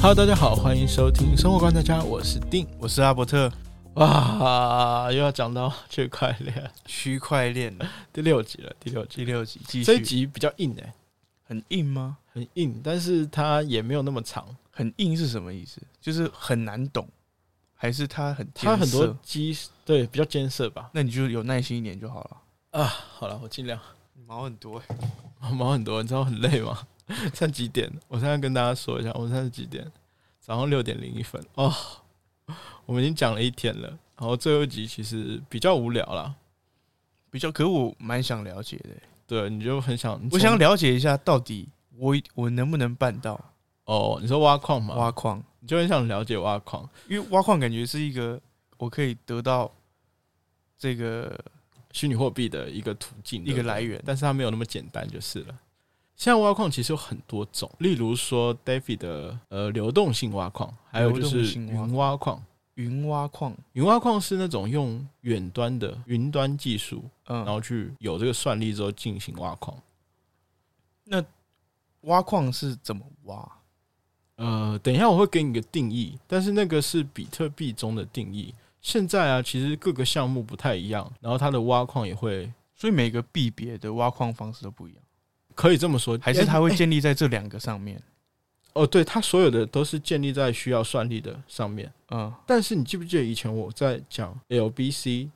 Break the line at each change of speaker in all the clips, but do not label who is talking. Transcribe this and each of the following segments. Hello，大家好，欢迎收听《生活观察家》，我是丁。
我是阿伯特，
哇，又要讲到区块链
区块链的
第六集了，第六集，
第六 集继续。
这一集比较硬哎、
很硬吗？
很硬，但是它也没有那么长，
很硬是什么意思？就是很难懂，还是它很
它很
艰
多
涩？
基对比较艰涩吧。
那你就有耐心一点就好了。
啊，好了，我尽量。
毛很多、
我忙很多，你知道我很累吗？ 现在几点？我现在跟大家说一下，我现在是几点？早上六点零一分哦。我们已经讲了一天了，然后最后一集其实比较无聊啦。
比较，可我蛮想了解的、
对，你就很想，
我想了解一下到底我我能不能办到
哦，你说挖矿嘛，
挖矿，
你就很想了解挖矿。
因为挖矿感觉是一个我可以得到这个
虚拟货币的一个途径，
一
对
个
不对
来源
但是它没有那么简单就是了。现在挖矿其实有很多种，例如说 DeFi 的呃流动性挖矿，还有就
流动
是
性挖矿
云挖矿。
云挖矿。
云挖矿是那种用远端的云端技术，然
嗯，
后去有这个算力之后进行挖矿。
挖矿是怎么挖？
呃，等一下我会给你个定义，但是那个是比特币中的定义。现在啊，其实各个项目不太一样，然后它的挖矿也会
所以每个币别的挖矿方式都不一样，
可以这么说，
还是
它。
它会建立在这两个上面？
哦，对，它所有的都是建立在需要算力的上面。
嗯
但是你记不记得以前我在讲 LBC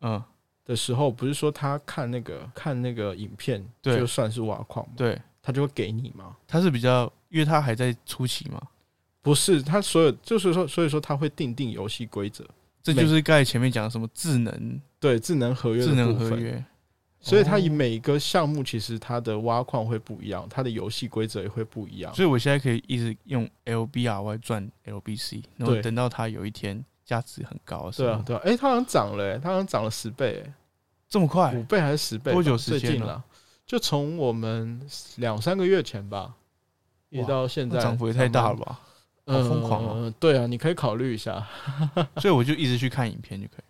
嗯，
的时候，不是说他看那个看那个影片
对
就算是挖矿吗？
对，
他就会给你吗？
它是比较，因为它还在初期嘛，
不是，他所有就是说，所以说他会定定游戏规则，
这就是刚才前面讲的什么智能
对智能合约
智
的
能
部
合
分。
约，
所以它以
哦
每个项目，其实它的挖矿会不一样，它的游戏规则也会不一样。
所以我现在可以一直用 LBRY 赚 LBC，然后
对
等到它有一天价值很高的时
对
候，
啊，对啊，哎、它好像涨了、诶它好像涨了十倍、诶
这么
五
快，
倍还是十倍吧？
哎多久时间
最近
了
了？就从我们两三个月前吧，一直
哇
到现
那
在，
涨幅也太大了，吧？好疯狂哦
呃！对啊，你可以考虑一下。
所以我就一直去看影片就可以。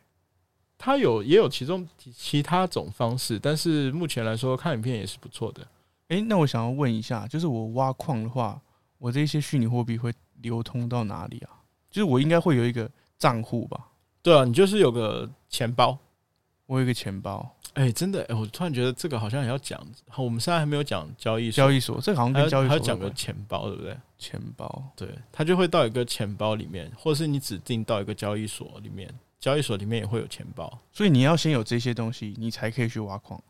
它有也有其中其其他种方式，但是目前来说看影片也是不错的。
诶，那我想要问一下，就是我挖矿的话，我这些虚拟货币会流通到哪里啊？就是我应该会有一个账户吧，
对啊，你就是有个钱包。
我有一个钱包，
哎、真的，哎、我突然觉得这个好像也要讲。好我们现在还没有讲交易所，
交易所，这个好像
还
跟
要
交易
还
所
要讲
有
个
关
钱包，对不对？
钱包。
对，它就会到一个钱包里面，或是你指定到一个交易所里面，交易所里面也会有钱包。
所以你要先有这些东西，你才可以去挖矿，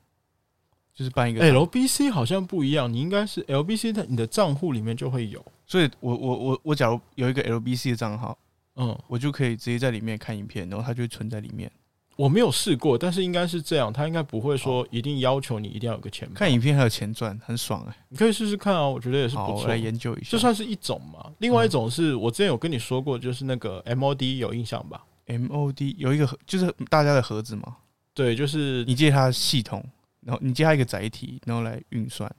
就是办一
哎
个。
LBC 好像不一样，你应该是 LBC 的你的账户里面就会有，
所以我我我我假如有一个 LBC 的账号，
嗯，
我就可以直接在里面看影片，然后它就会存在里面。
我没有试过，但是应该是这样，他应该不会说一定要求你一定要有个钱包，
看影片还有钱赚，很爽哎、
你可以试试看啊，我嗯觉得也是
好，
不
我
错
来。研究一下。
这算是一种嘛？另外一种是我之前有跟你说过，就是那个 MOD 有印象吧？
MOD 有一个盒，就是大家的盒子嘛，
对，就是
你借它的系统，然后你借它一个载体，然后来运算，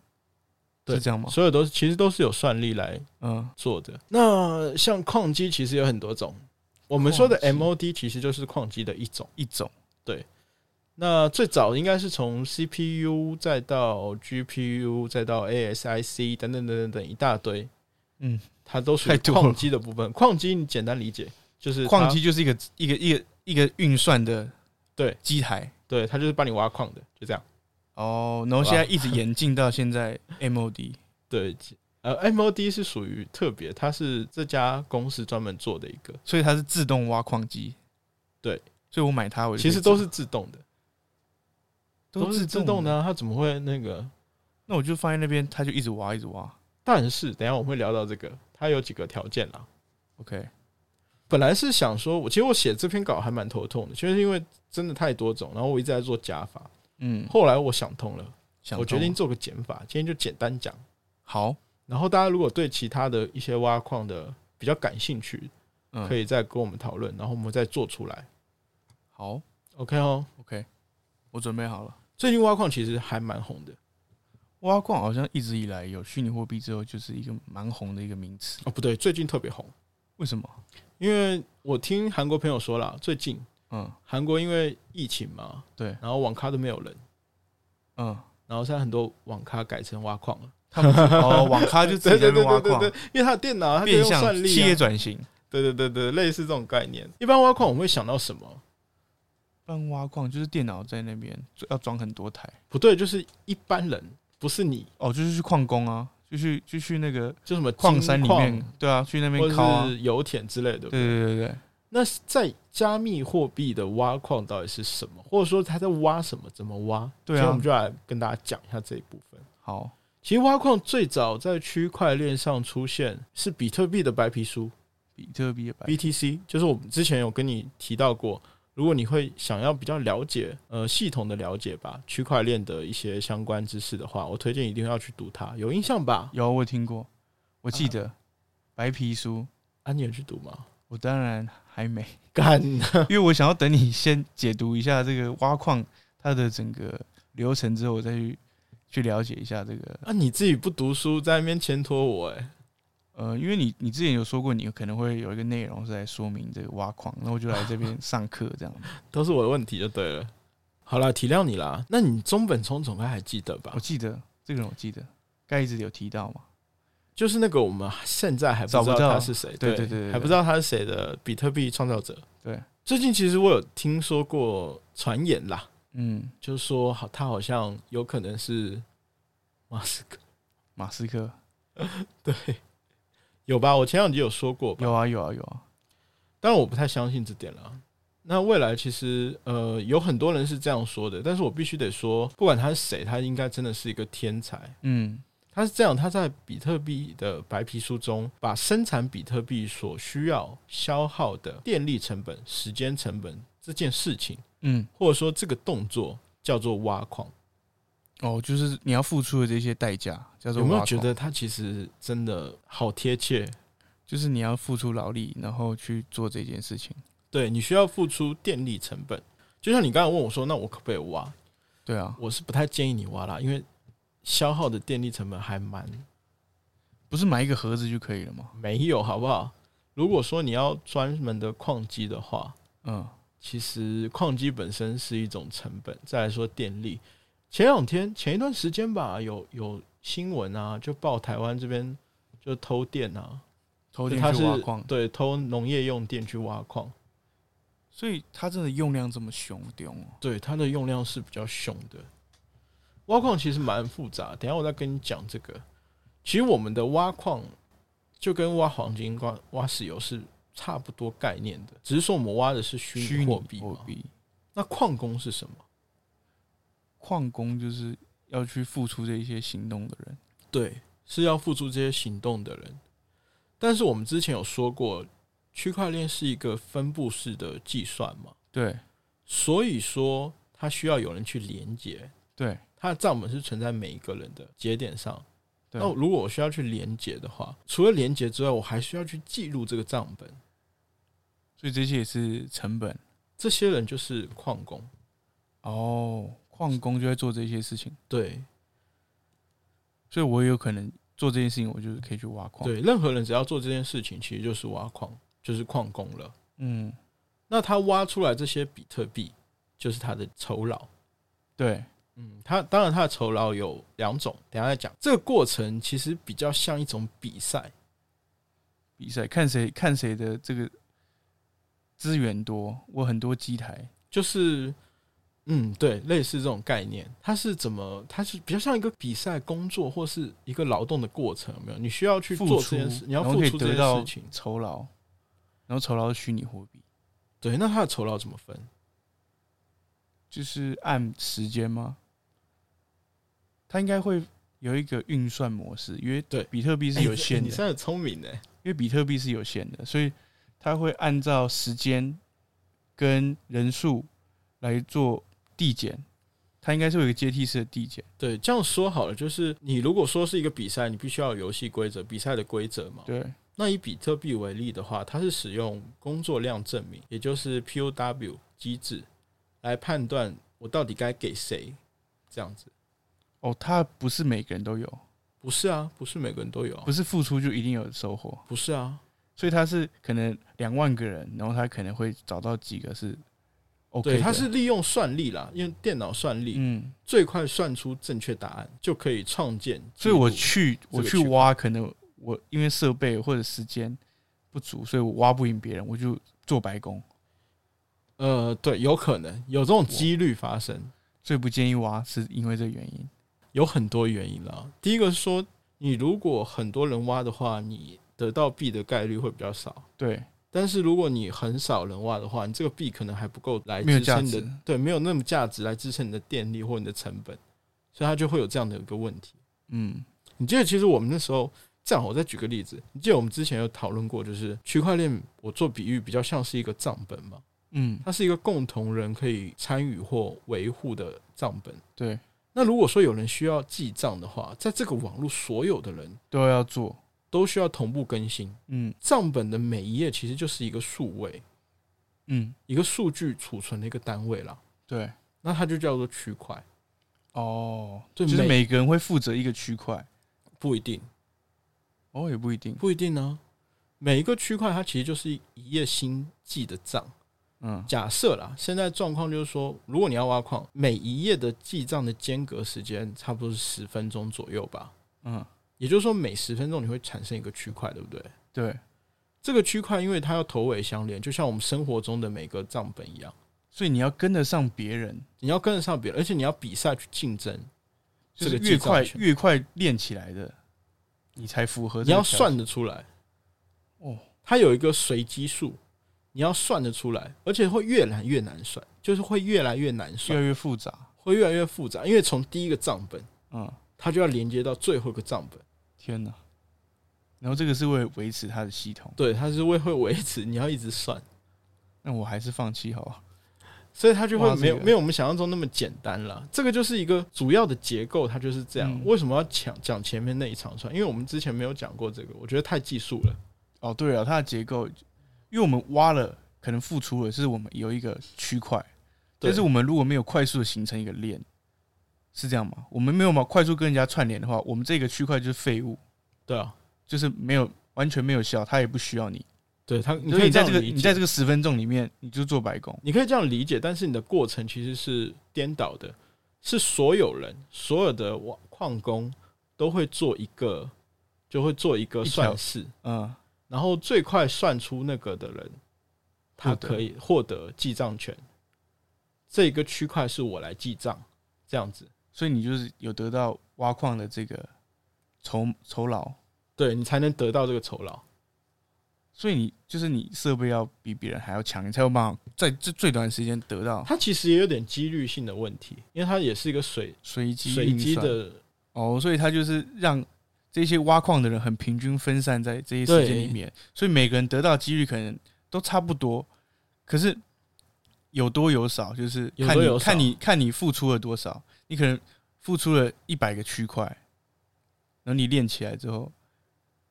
对
是这样吗？
所有都是其实都是有算力来
嗯，
做的。那像矿机其实有很多种，我们说的
矿机
MOD 其实就是矿机的一种。
一种
那最早应该是从 CPU 再到 GPU 再到 ASIC 等等等等等一大堆，
嗯，
它都属于
太多了
矿机的部分。矿机你简单理解就是它
矿，机就是一个一个一个一个运算的
对
机台
对，它就是帮你挖矿的，就这样。
哦，然后现在一直演进到现在 MOD。
对，呃，MOD 是属于特别，它是这家公司专门做的一个，
所以它是自动挖矿机。
对，
所以我买它，我就可
其
以
实都
自
是自动的，
都
是自动
的
的
啊。
啊，它怎么会那个？
那我就放在那边，它就一直挖，一直挖。
但是等一下我们会聊到这个，它有几个条件啦。
OK，
本来是想说，我其实我写这篇稿还蛮头痛的，就是因为真的太多种，然后我一直在做加法。
嗯，
后来我想通了，
想
我决
通
定
了
做个减法，今天就简单讲。
好，
然后大家如果对其他的一些挖矿的比较感兴趣，
嗯，
可
以，
以再跟我们讨论，然后我们再做出来。
好
OK 哦，
，OK，我准备好了。
最近挖矿其实还蛮红的
挖矿好像一直以来有虚拟货币之后，就是一个蛮红的一个名词。
哦，不对，最近特别红，
为什么？
因为我听韩国朋友说啦，最近
嗯
韩国因为疫情嘛，
对
然后网咖都没有人，
嗯，
然后现在很多网咖改成挖矿了，
他们就 哦，网咖就自己
对对
在那
对
边挖
对对
矿，
对，因为他的电脑，他可以
变
用
相
算力、
企业
啊，
转型。
对对对对，类似这种概念。一般挖矿我们会想到什么？
办挖矿就是电脑在那边要装很多台，
不对，就是一般人，不是你，
哦，就是去矿工啊，就去就去那个
就什么
矿
金
山里面，对啊，去那边
或
敲啊
者，是油田之类的。
对对对对，
那在加密货币的挖矿到底是什么，或者说他在挖什么，怎么挖？
对啊
所以我们就来跟大家讲一下这一部分。
好，
其实挖矿最早在区块链上出现是比特币的白皮书
比特币的白
BTC，就是我们之前有跟你提到过。如果你会想要比较了解呃系统的了解吧，区块链的一些相关知识的话，我推荐一定要去读它，有印象吧？
有我听过，我记得、白皮书，
啊，你有去读吗？
我当然还没，
干，
因为我想要等你先解读一下这个挖矿它的整个流程之后，我再去去了解一下这个。
啊，你自己不读书，在那边牵拖我、欸，
呃，因为你你之前有说过，你可能会有一个内容是来说明这个挖矿，那我就来这边上课这样。
都是我的问题就对了。好啦，体谅你啦。那你中本聪总该还记得 吧
我？记得这个人，我记得盖子有提到嘛？
就是那个我们现在还不知
找
道
不到
他是谁，
对对对对对
还不知道他是谁的比特币创造者。
对，
最近其实我有听说过传言啦，
嗯，
就是说好他好像有可能是马斯克，
马斯克
对，有吧？我前两集有说过吧，
有啊有啊有啊，
当然我不太相信这点啦。那未来其实呃有很多人是这样说的，但是我必须得说，不管他是谁，他应该真的是一个天才。
嗯
他是这样，他在比特币的白皮书中，把生产比特币所需要消耗的电力成本、时间成本这件事情，
嗯，
或者说这个动作叫做挖矿。
哦，就是你要付出的这些代价叫做
有没
挖
有
矿
觉得他其实真的好贴切？
就是你要付出劳力，然后去做这件事情。
对你需要付出电力成本，就像你刚才问我说，那我可不可以挖？
对啊，
我是不太建议你挖啦，因为消耗的电力成本还蛮
不是买一个盒子就可以了吗？
没有，好不好？如果说你要专门的矿机的话，
嗯，
其实矿机本身是一种成本，再来说电力。前两天前一段时间吧，有有新闻啊，就报台湾这边就偷电啊，
偷
就
电
他
去
是
挖矿，
对，偷农业用电去挖矿，
所以它真的用量这么凶丢哦。
对，它的用量是比较凶的。挖矿其实蛮复杂，等一下我再跟你讲这个。其实我们的挖矿就跟挖黄金、挖挖石油是差不多概念的，只是说我们挖的是虚拟货币嘛。
货币，
那矿工是什么？
矿工就是要去付出这一些行动的人。
对，是要付出这些行动的人。但是我们之前有说过，区块链是一个分布式的计算嘛，
对
所以说它需要有人去连接，
对，
它的账本是存在每一个人的节点上。
对
那如果我需要去连接的话，除了连接之外，我还需要去记录这个账本。
所以这些也是成本
这些人就是矿工，
哦。矿工就在做这些事情，
对
所以我也有可能做这件事情，我就是可以去挖矿。，
对，任何人只要做这件事情，其实就是挖矿，就是矿工了。
嗯，
那他挖出来这些比特币，就是他的酬劳。
对，
嗯，他当然他的酬劳有两种，等一下再讲。这个过程其实比较像一种比赛，
比赛看谁看谁的这个资源多，我很多机台，
就是嗯，对，类似这种概念。它是怎么？它是比较像一个比赛工作或是一个劳动的过程，有没有？你需要去
付
做这
出
件事，你要
然后
付
可以
出这
得
件
到
事情。
酬劳，然后酬劳是虚拟货币，
对，那他的酬劳怎么分？
就是按时间吗？它应该会有一个运算模式，因为
对哎
比特币是有限
你
的，
算很聪明呢。欸
因为比特币是有限的，所以它会按照时间跟人数来做递减，它应该是有一个阶梯式的递减，
对，这样说好了，就是你如果说是一个比赛，你必须要有游戏规则，比赛的规则嘛。
对，
那以比特币为例的话，它是使用工作量证明，也就是 POW 机制来判断我到底该给谁这样子。
哦，它不是每个人都有，
不是啊，不是每个人都有啊、
不是付出就一定有收获，
不是啊，
所以他是可能两万个人，然后他可能会找到几个是 OK
对，
的。
它是利用算力啦，因为电脑算力
嗯，
最快算出正确答案，就可以创建记录。
所以我去我
这个
去
区块
挖，可能我因为设备或者时间不足，所以我挖不赢别人，我就做白工，
呃，对，有可能有这种几率发生，
所以不建议挖，是因为这个原因。
有很多原因啦。第一个是说，你如果很多人挖的话，你得到币的概率会比较少。
对，
但是如果你很少人挖的话，你这个币可能还不够来
没有
支撑你
价值
的，对，没有那么价值来支撑你的电力或你的成本，所以它就会有这样的一个问题。
嗯，
你记得，其实我们那时候这样，我再举个例子，你记得我们之前有讨论过，就是区块链，我做比喻比较像是一个账本嘛，
嗯，
它是一个共同人可以参与或维护的账本。
对，
那如果说有人需要记账的话，在这个网络所有的人
都要啊做。
都需要同步更新
嗯
账本的每一页，其实就是一个数位、
嗯，
一个数据储存的一个单位啦。
对，
那它就叫做区块，
哦，
对
就是
每
每个人会负责一个区块，
不一定，
哦，也不一定。
不一定呢、每一个区块它其实就是一页新记的账。
嗯，
假设啦，现在状况就是说，如果你要挖矿，每一页的记账的间隔时间差不多是十分钟左右吧。
嗯，
也就是说，每十分钟你会产生一个区块，对不对？
对，
这个区块因为它要头尾相连，就像我们生活中的每个账本一样，
所以你要跟得上别人，
你要跟得上别人，而且你要比赛去竞争，这
就是
个
越
记账
快
权
越快练起来的，你才符合
你
这个条件。
要算得出来。
哦，
它有一个随机数，你要算得出来，而且会越来越难算，就是会越来越难
越
算，
来越复杂。
会越来越复杂，因为从第一个账本，
嗯，
它就要连接到最后一个账本。
天哪！然后这个是为了维持它的系统，
对，它是会会维持，你要一直算，
那我还是放弃好了。
所以它就
哇
会
这
没有
个
没有我们想象中那么简单了。这个就是一个主要的结构，它就是这样。
嗯
为什么要讲讲前面那一长串？因为我们之前没有讲过这个，我觉得太技术了。
哦，对了，它的结构，因为我们挖了，可能付出的是我们有一个区块，
对
但是我们如果没有快速的形成一个链，是这样吗？我们没有嘛快速跟人家串联的话，我们这个区块就是废物，
对啊，
就是没有完全没有效，它也不需要你。
对它，你
就
可以
是你在
样
这个
理
你
解
在这个十分钟里面，你就做白工。
你可以这样理解，但是你的过程其实是颠倒的，是所有人所有的挖矿工都会做一个，就会做一个
一条
算式，
嗯，
然后最快算出那个的人，他
获得
可以获得记账权。这个区块是我来记账，这样子，
所以你就是有得到挖矿的这个酬酬劳，
对你才能得到这个酬劳。
所以你就是你设备要比别人还要强，你才有办法在这最短时间得到
它其实也有点几率性的问题，因为它也是一个随
随机
随
运
机
算。
的，
哦，所以它就是让这些挖矿的人很平均分散在这些时间里面，所以每个人得到的几率可能都差不多，可是有多有少，就是
有
看
多
你
有少
看你看你付出了多少，你可能付出了一百个区块，然后你练起来之后，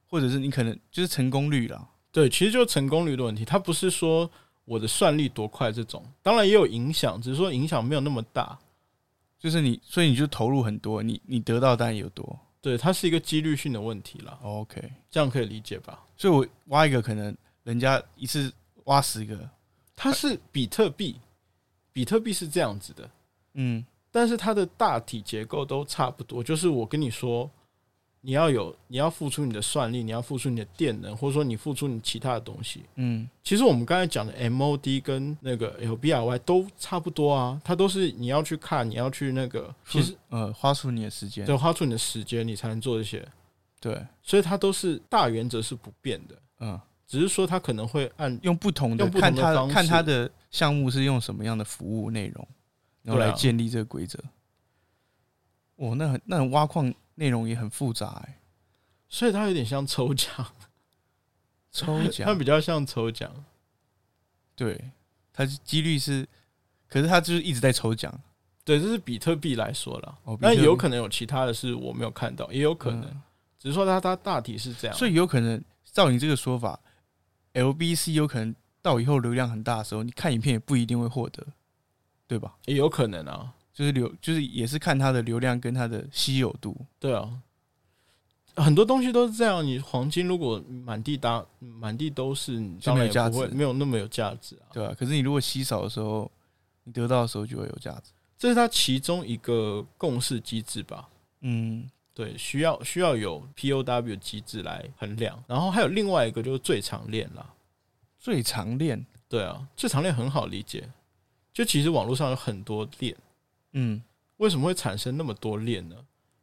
或者是你可能就是成功率了，
对，其实就是成功率的问题。它不是说我的算力多快这种，当然也有影响，只是说影响没有那么大。
就是你，所以你就投入很多，你你得到当然有多哦
对，它是一个几率性的问题啦，
，OK，
这样可以理解吧？
所以我挖一个可能人家一次挖十个，
它是比特币，比特币是这样子的，
嗯，
但是它的大体结构都差不多。就是我跟你说，你要有，你要付出你的算力，你要付出你的电能，或者说你付出你其他的东西。
嗯，
其实我们刚才讲的 MOD 跟那个 LBRY 都差不多啊，它都是你要去看，你要去那个，其实
呃，花出你的时间，
得花出你的时间，你才能做这些。
对，
所以它都是大原则是不变的，
嗯，
只是说它可能会按
用不同的
用不同
看
的
他
方式
看他的项目是用什么样的服务内容，然后
对啊
来建立这个规则。哦，那很那挖矿内容也很复杂哎、
所以它有点像抽奖，
抽
它
奖
比较像抽奖。
对，它是几率是，可是它就是一直在抽奖，
对，这是比特币来说啦
哦，比特
但
币
有可能有其他的是我没有看到，也有可能，
嗯
只是说它它大体是这样。
所以有可能照你这个说法，LBC 有可能到以后流量很大的时候，你看影片也不一定会获得，对吧？
也有可能啊，
就是流就是也是看它的流量跟它的稀有度，
对啊，很多东西都是这样。你黄金如果满地打满地都是，你
就
当
没有
然也
价
不会
值
没有那么有价值啊。
对吧、可是你如果稀少的时候，你得到的时候就会有价值。
这是它其中一个共识机制吧？
嗯，
对，需要需要有 POW 机制来衡量，然后还有另外一个就是最长链啦。
最常练，
对啊，最长链很好理解，就其实网络上有很多链，
嗯
为什么会产生那么多链呢？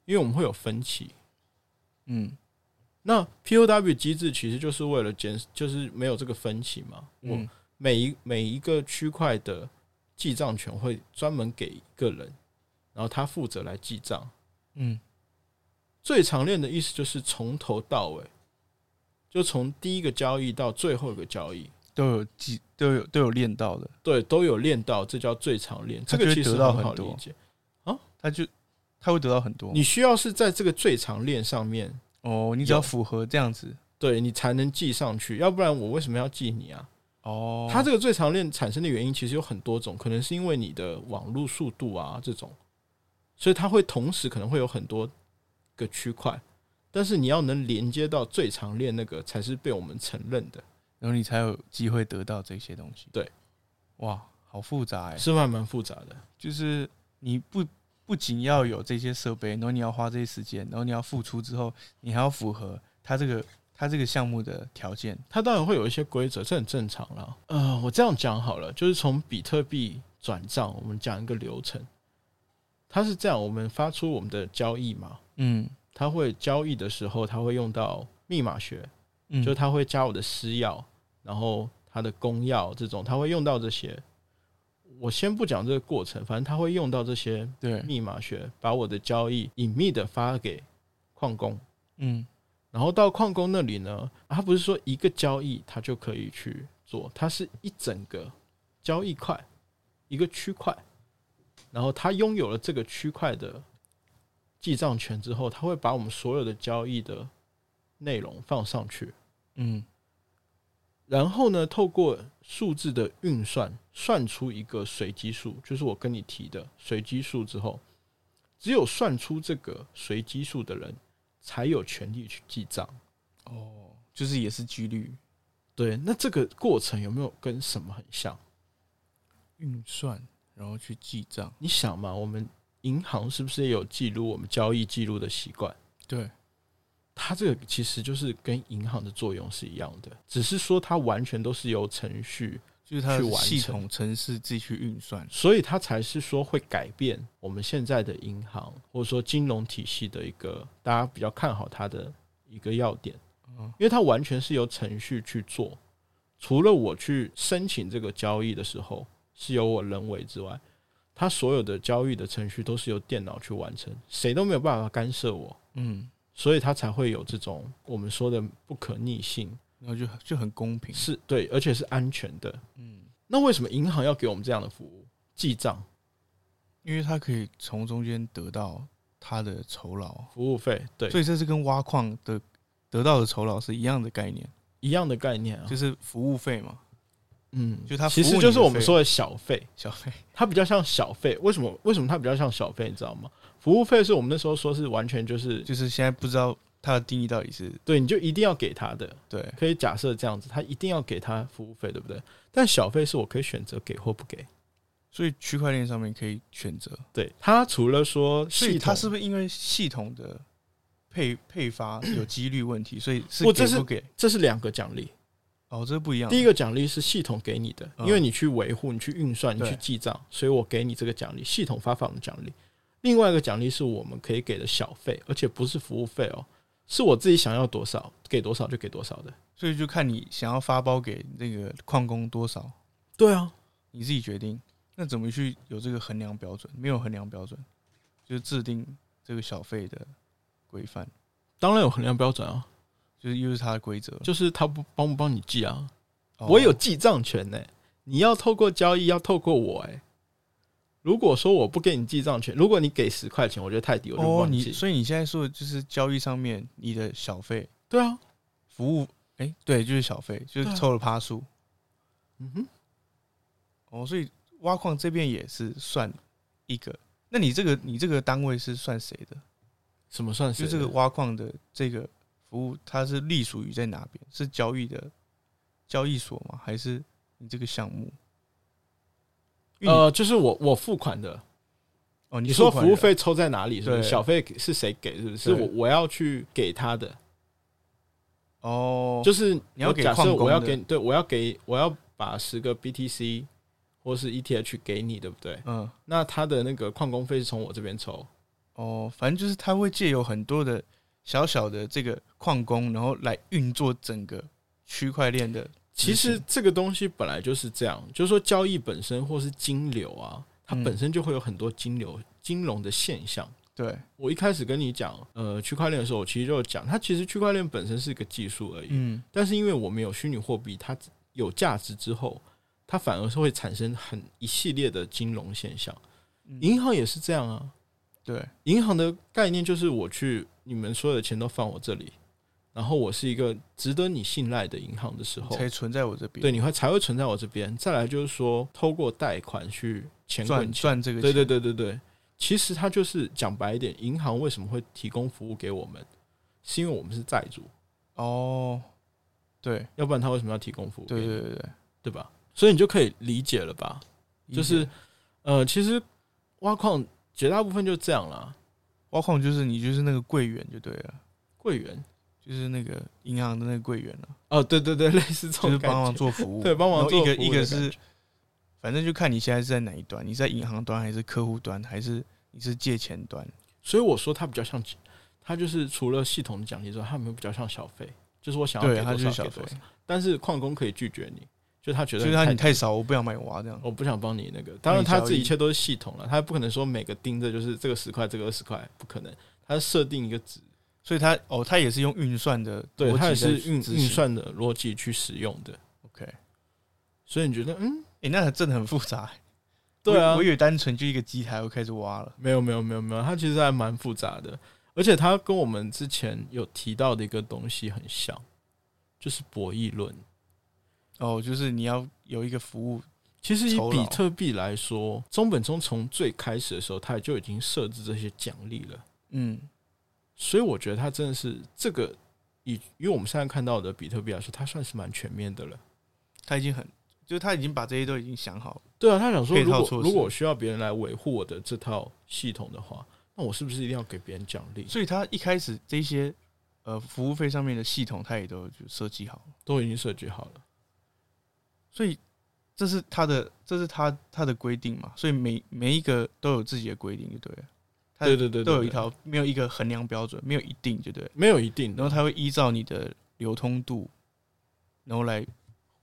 因为我们会有分歧。
嗯
那 POW 机制其实就是为了减，就是没有这个分歧嘛。我
嗯
每一每一个区块的记账权会专门给一个人，然后他负责来记账。
嗯
最长链的意思就是从头到尾，就从第一个交易到最后一个交易，
都有记都有都有练到的，
对，都有练到，这叫最长链。这
他就
个
会
其实
得到
很好
很多
理解。
他就他会得到很多。
你需要是在这个最长链上面，
哦，你只要
有
符合这样子
对你才能记上去，要不然我为什么要记你啊？
哦，
它这个最常链产生的原因其实有很多种，可能是因为你的网络速度啊这种，所以它会同时可能会有很多个区块，但是你要能连接到最常链那个才是被我们承认的，
然后你才有机会得到这些东西。
对，
哇，好复杂哎、
是蛮蛮复杂的。
就是你不不仅要有这些设备，然后你要花这些时间，然后你要付出之后，你还要符合他这个他这个项目的条件。
它当然会有一些规则，这很正常啦。呃，我这样讲好了，就是从比特币转账，我们讲一个流程，它是这样，我们发出我们的交易嘛，
嗯
它会交易的时候，它会用到密码学，
嗯，
就他会加我的私钥，然后他的公钥这种，他会用到这些。我先不讲这个过程，反正他会用到这些
对，
密码学，把我的交易隐秘的发给矿工，
嗯
然后到矿工那里呢，他不是说一个交易他就可以去做，它是一整个交易块，一个区块，然后他拥有了这个区块的记账权之后，他会把我们所有的交易的内容放上去，
嗯
然后呢，透过数字的运算，算出一个随机数，就是我跟你提的随机数之后，只有算出这个随机数的人，才有权利去记账。
哦，就是也是几率
对，那这个过程有没有跟什么很像？
运算，然后去记账。
你想嘛，我们银行是不是也有记录我们交易记录的习惯？
对，
它这个其实就是跟银行的作用是一样的，只是说它完全都是由程序，
就是它
去
的
完
系
成
统程式自己去运算。
所以它才是说会改变我们现在的银行或者说金融体系的一个大家比较看好它的一个要点，
嗯
因为它完全是由程序去做。除了我去申请这个交易的时候是由我人为之外，它所有的交易的程序都是由电脑去完成，谁都没有办法干涉我，
嗯，
所以它才会有这种我们说的不可逆性，
然后就就很公平。
是对，而且是安全的。
嗯，
那为什么银行要给我们这样的服务？记账、
因为它可以从中间得到它的酬劳。
服务费，对，
所以这是跟挖矿的得到的酬劳是一样的概念，
一样的概念啊
就。是服务费嘛，
嗯，
就它服务
其
你
实
的
就是我们
费
说的小费，
小费。
它比较像小费。为什么？为什么它比较像小费？你知道吗？服务费是我们那时候说是完全就是
就是现在不知道它的定义到底是
对，你就一定要给他的。
对，
可以假设这样子，他一定要给他服务费，对不对？但小费是我可以选择给或不给。
所以区块链上面可以选择。
对，它除了说
所以
系
它
统，
是不是因为系统的配配发有几率问题，所以是
不
给
这是
不给？
这是两个奖励。
哦，这不一样。
第一
个
个奖励是系统给你的，
嗯
因为你去维护、你去运算、你
对
去记账，所以我给你这个奖励，系统发放的奖励。另外一个奖励是我们可以给的小费，而且不是服务费哦，是我自己想要多少给多少就给多少的。
所以就看你想要发包给那个矿工多少，
对啊，
你自己决定。那怎么去有这个衡量标准？没有衡量标准，就是制定这个小费的规范，
当然有衡量标准啊，
就是又是它的规则。
就是他不帮不帮你记啊，
嗯哦
我有记账权呢、你要透过交易，要透过我哎、如果说我不给你记账权，如果你给十块钱，我觉得太低，我就不
哦，
帮
你
记。
所以你现在说的就是交易上面你的小费
对啊，
服务，哎、对，就是小费，就是
对啊
抽了趴数。
嗯哼，
哦，所以挖矿这边也是算一个。那你这个你这个单位是算谁的？
什么算是
就这个挖矿的这个服务，它是隶属于在哪边？是交易的交易所吗？还是你这个项目？因为你
呃，就是我我付款的，
哦，
你
你
说
付
服
款
务
人
费抽在哪里？是不是
对
小费是谁给？是不是
对
我我要去给他的？
哦，
就是
你要
我
给
假设
矿工
我要
的
给你，对我要给我要把十个 BTC 或是 E ETH 给你，对不对？
嗯
那他的那个矿工费是从我这边抽，
哦，反正就是它会借由很多的小小的这个矿工，然后来运作整个区块链的
其
执行。
实这个东西本来就是这样，就是说交易本身或是金流啊，它
嗯
本身就会有很多金流、金融的现象。
对，
我一开始跟你讲，呃，区块链的时候，我其实就有讲，它其实区块链本身是一个技术而已，
嗯，
但是因为我们有虚拟货币，它有价值之后，它反而是会产生很一系列的金融现象。
嗯
银行也是这样啊，
对，
银行的概念就是我去，你们所有的钱都放我这里，然后我是一个值得你信赖的银行的时候，
才存在我这边，
对，你会才会存在我这边。再来就是说，透过贷款去钱
赚
滚钱，
赚这个
对
钱，
对对对对。其实它就是讲白一点，银行为什么会提供服务给我们，是因为我们是债主，
哦，对
要不然他为什么要提供服务给你？
对对对对，
对吧？所以你就可以理解了吧？就是呃，其实挖矿绝大部分就这样啦。
挖矿，就是你就是那个柜员就对了，
柜员
就是那个银行的那个柜员了，
哦，对对 对，类似这
就
种
是
感
帮忙
觉，
做服务，
对，帮
然
忙
后
做
一个
服务
一个
的
是
感觉，
反正就看你现在是在哪一端，你在银行端还是客户端，还是你是借钱端？
所以我说它比较像，它就是除了系统的奖励之外，它没有比较像小费，就是我想要
对，
给
他
多
就是
少
小
给
费
多少，，但是矿工可以拒绝你，就他觉
就
得
是他你
太
太少，我不想买娃这样。
我不想帮你那个，当然他这一切都是系统了，他不可能说每个盯着就是这个十块，这个二十块，不可能，他设定一个值，
所以他哦，他也是用运算的
对，
逻辑在执行，
他也是运运算的逻辑去使用的。
OK，哎、
所以你觉得，嗯，
诶那真的很复杂、
对啊
我，我以为单纯就一个机台，我开始挖了。
没有没有没有没有，它其实还蛮复杂的，而且它跟我们之前有提到的一个东西很像，就是博弈论。
哦，就是你要有一个服务，
其实以
酬劳
比特币来说，中本聪从最开始的时候，他就已经设置这些奖励了，
嗯，
所以我觉得它真的是这个以以我们现在看到的比特币来说，它算是蛮全面的了。
他已经很，就是他已经把这些都已经想好了。
对啊，他想说，
配
如
套
果
措施
如果我需要别人来维护我的这套系统的话，那我是不是一定要给别人奖励？
所以他一开始这些呃服务费上面的系统，他也都就设计好了。
都已经设计好了。
所以这是他的，这是他他的规定嘛。所以每每一个都有自己的规定，就对了。他
对对对对
都有一
对
套，没有一个衡量标准，没有一定，就对了。
没有一定的
然后它会依照你的流通度，然后来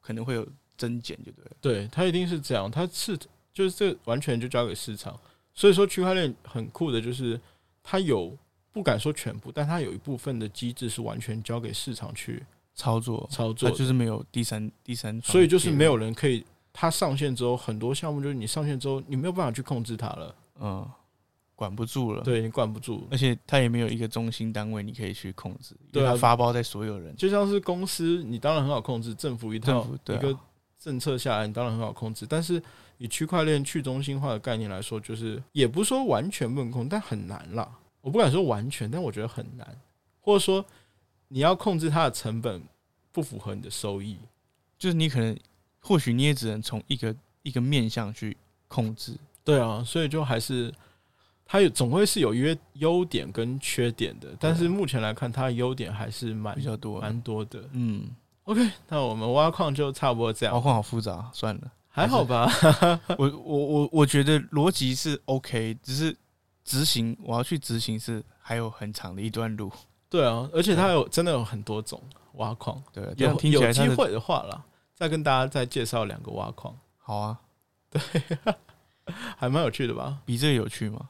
可能会有增减，就对了。
对，它一定是这样，它是就是这完全就交给市场。所以说区块链很酷的，就是它有不敢说全部，但它有一部分的机制是完全交给市场去
操作，
操
它
作的，
就是没有第三第三方，
所以就是没，有人可以。它上线之后，很多项目就是你上线之后，你没有办法去控制它了，
嗯，管不住了。，
对你管不住。
而且它也没有一个中心单位你可以去控制，因
对
为
啊
它发包在所有人。
就像是公司，你当然很好控制，政府一
政
套
府对
一
啊
个政策下来，你当然很好控制。但是以区块链去中心化的概念来说，就是也不是说完全不能控，但很难啦。我不敢说完全，但我觉得很难，或者说你要控制它的成本不符合你的收益。
就是你可能或许你也只能从一个一个面向去控制，
对啊，所以就还是它有总会是有优优点跟缺点的，但是目前来看，它的优点还是蛮
比较多的。
蛮啊多的。
嗯，
OK，那我们挖矿就差不多这
包
样，啊
括好复杂，算 了。
哦还好吧？
我我我我觉得逻辑是 OK，只是执行我要去执行是还有很长的一段路。
对啊，而且它有真的有很多种挖矿，
对，啊这样
有
听起
有
来
机
它的
会的话啦，再跟大家再介绍两个挖矿，
好啊，
还蛮有趣的吧？
比这个有趣吗？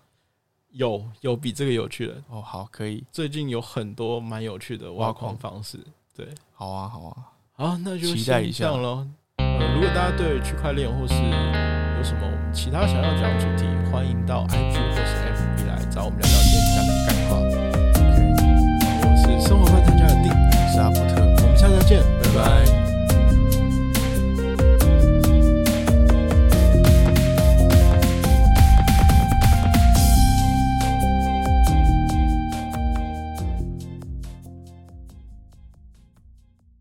有有比这个有趣的，
哦，好，可以，
最近有很多蛮有趣的挖矿方式。
好啊，好啊，
好，那就
期待
先
一下
这样喽。呃，如果大家对区块链或是有什么我们其他想要讲的主题，欢迎到 IG 或是 FB 来找我们聊聊天，讲讲干话。我是生活观察家的 D，
我是阿伯特，
我们下次再见，拜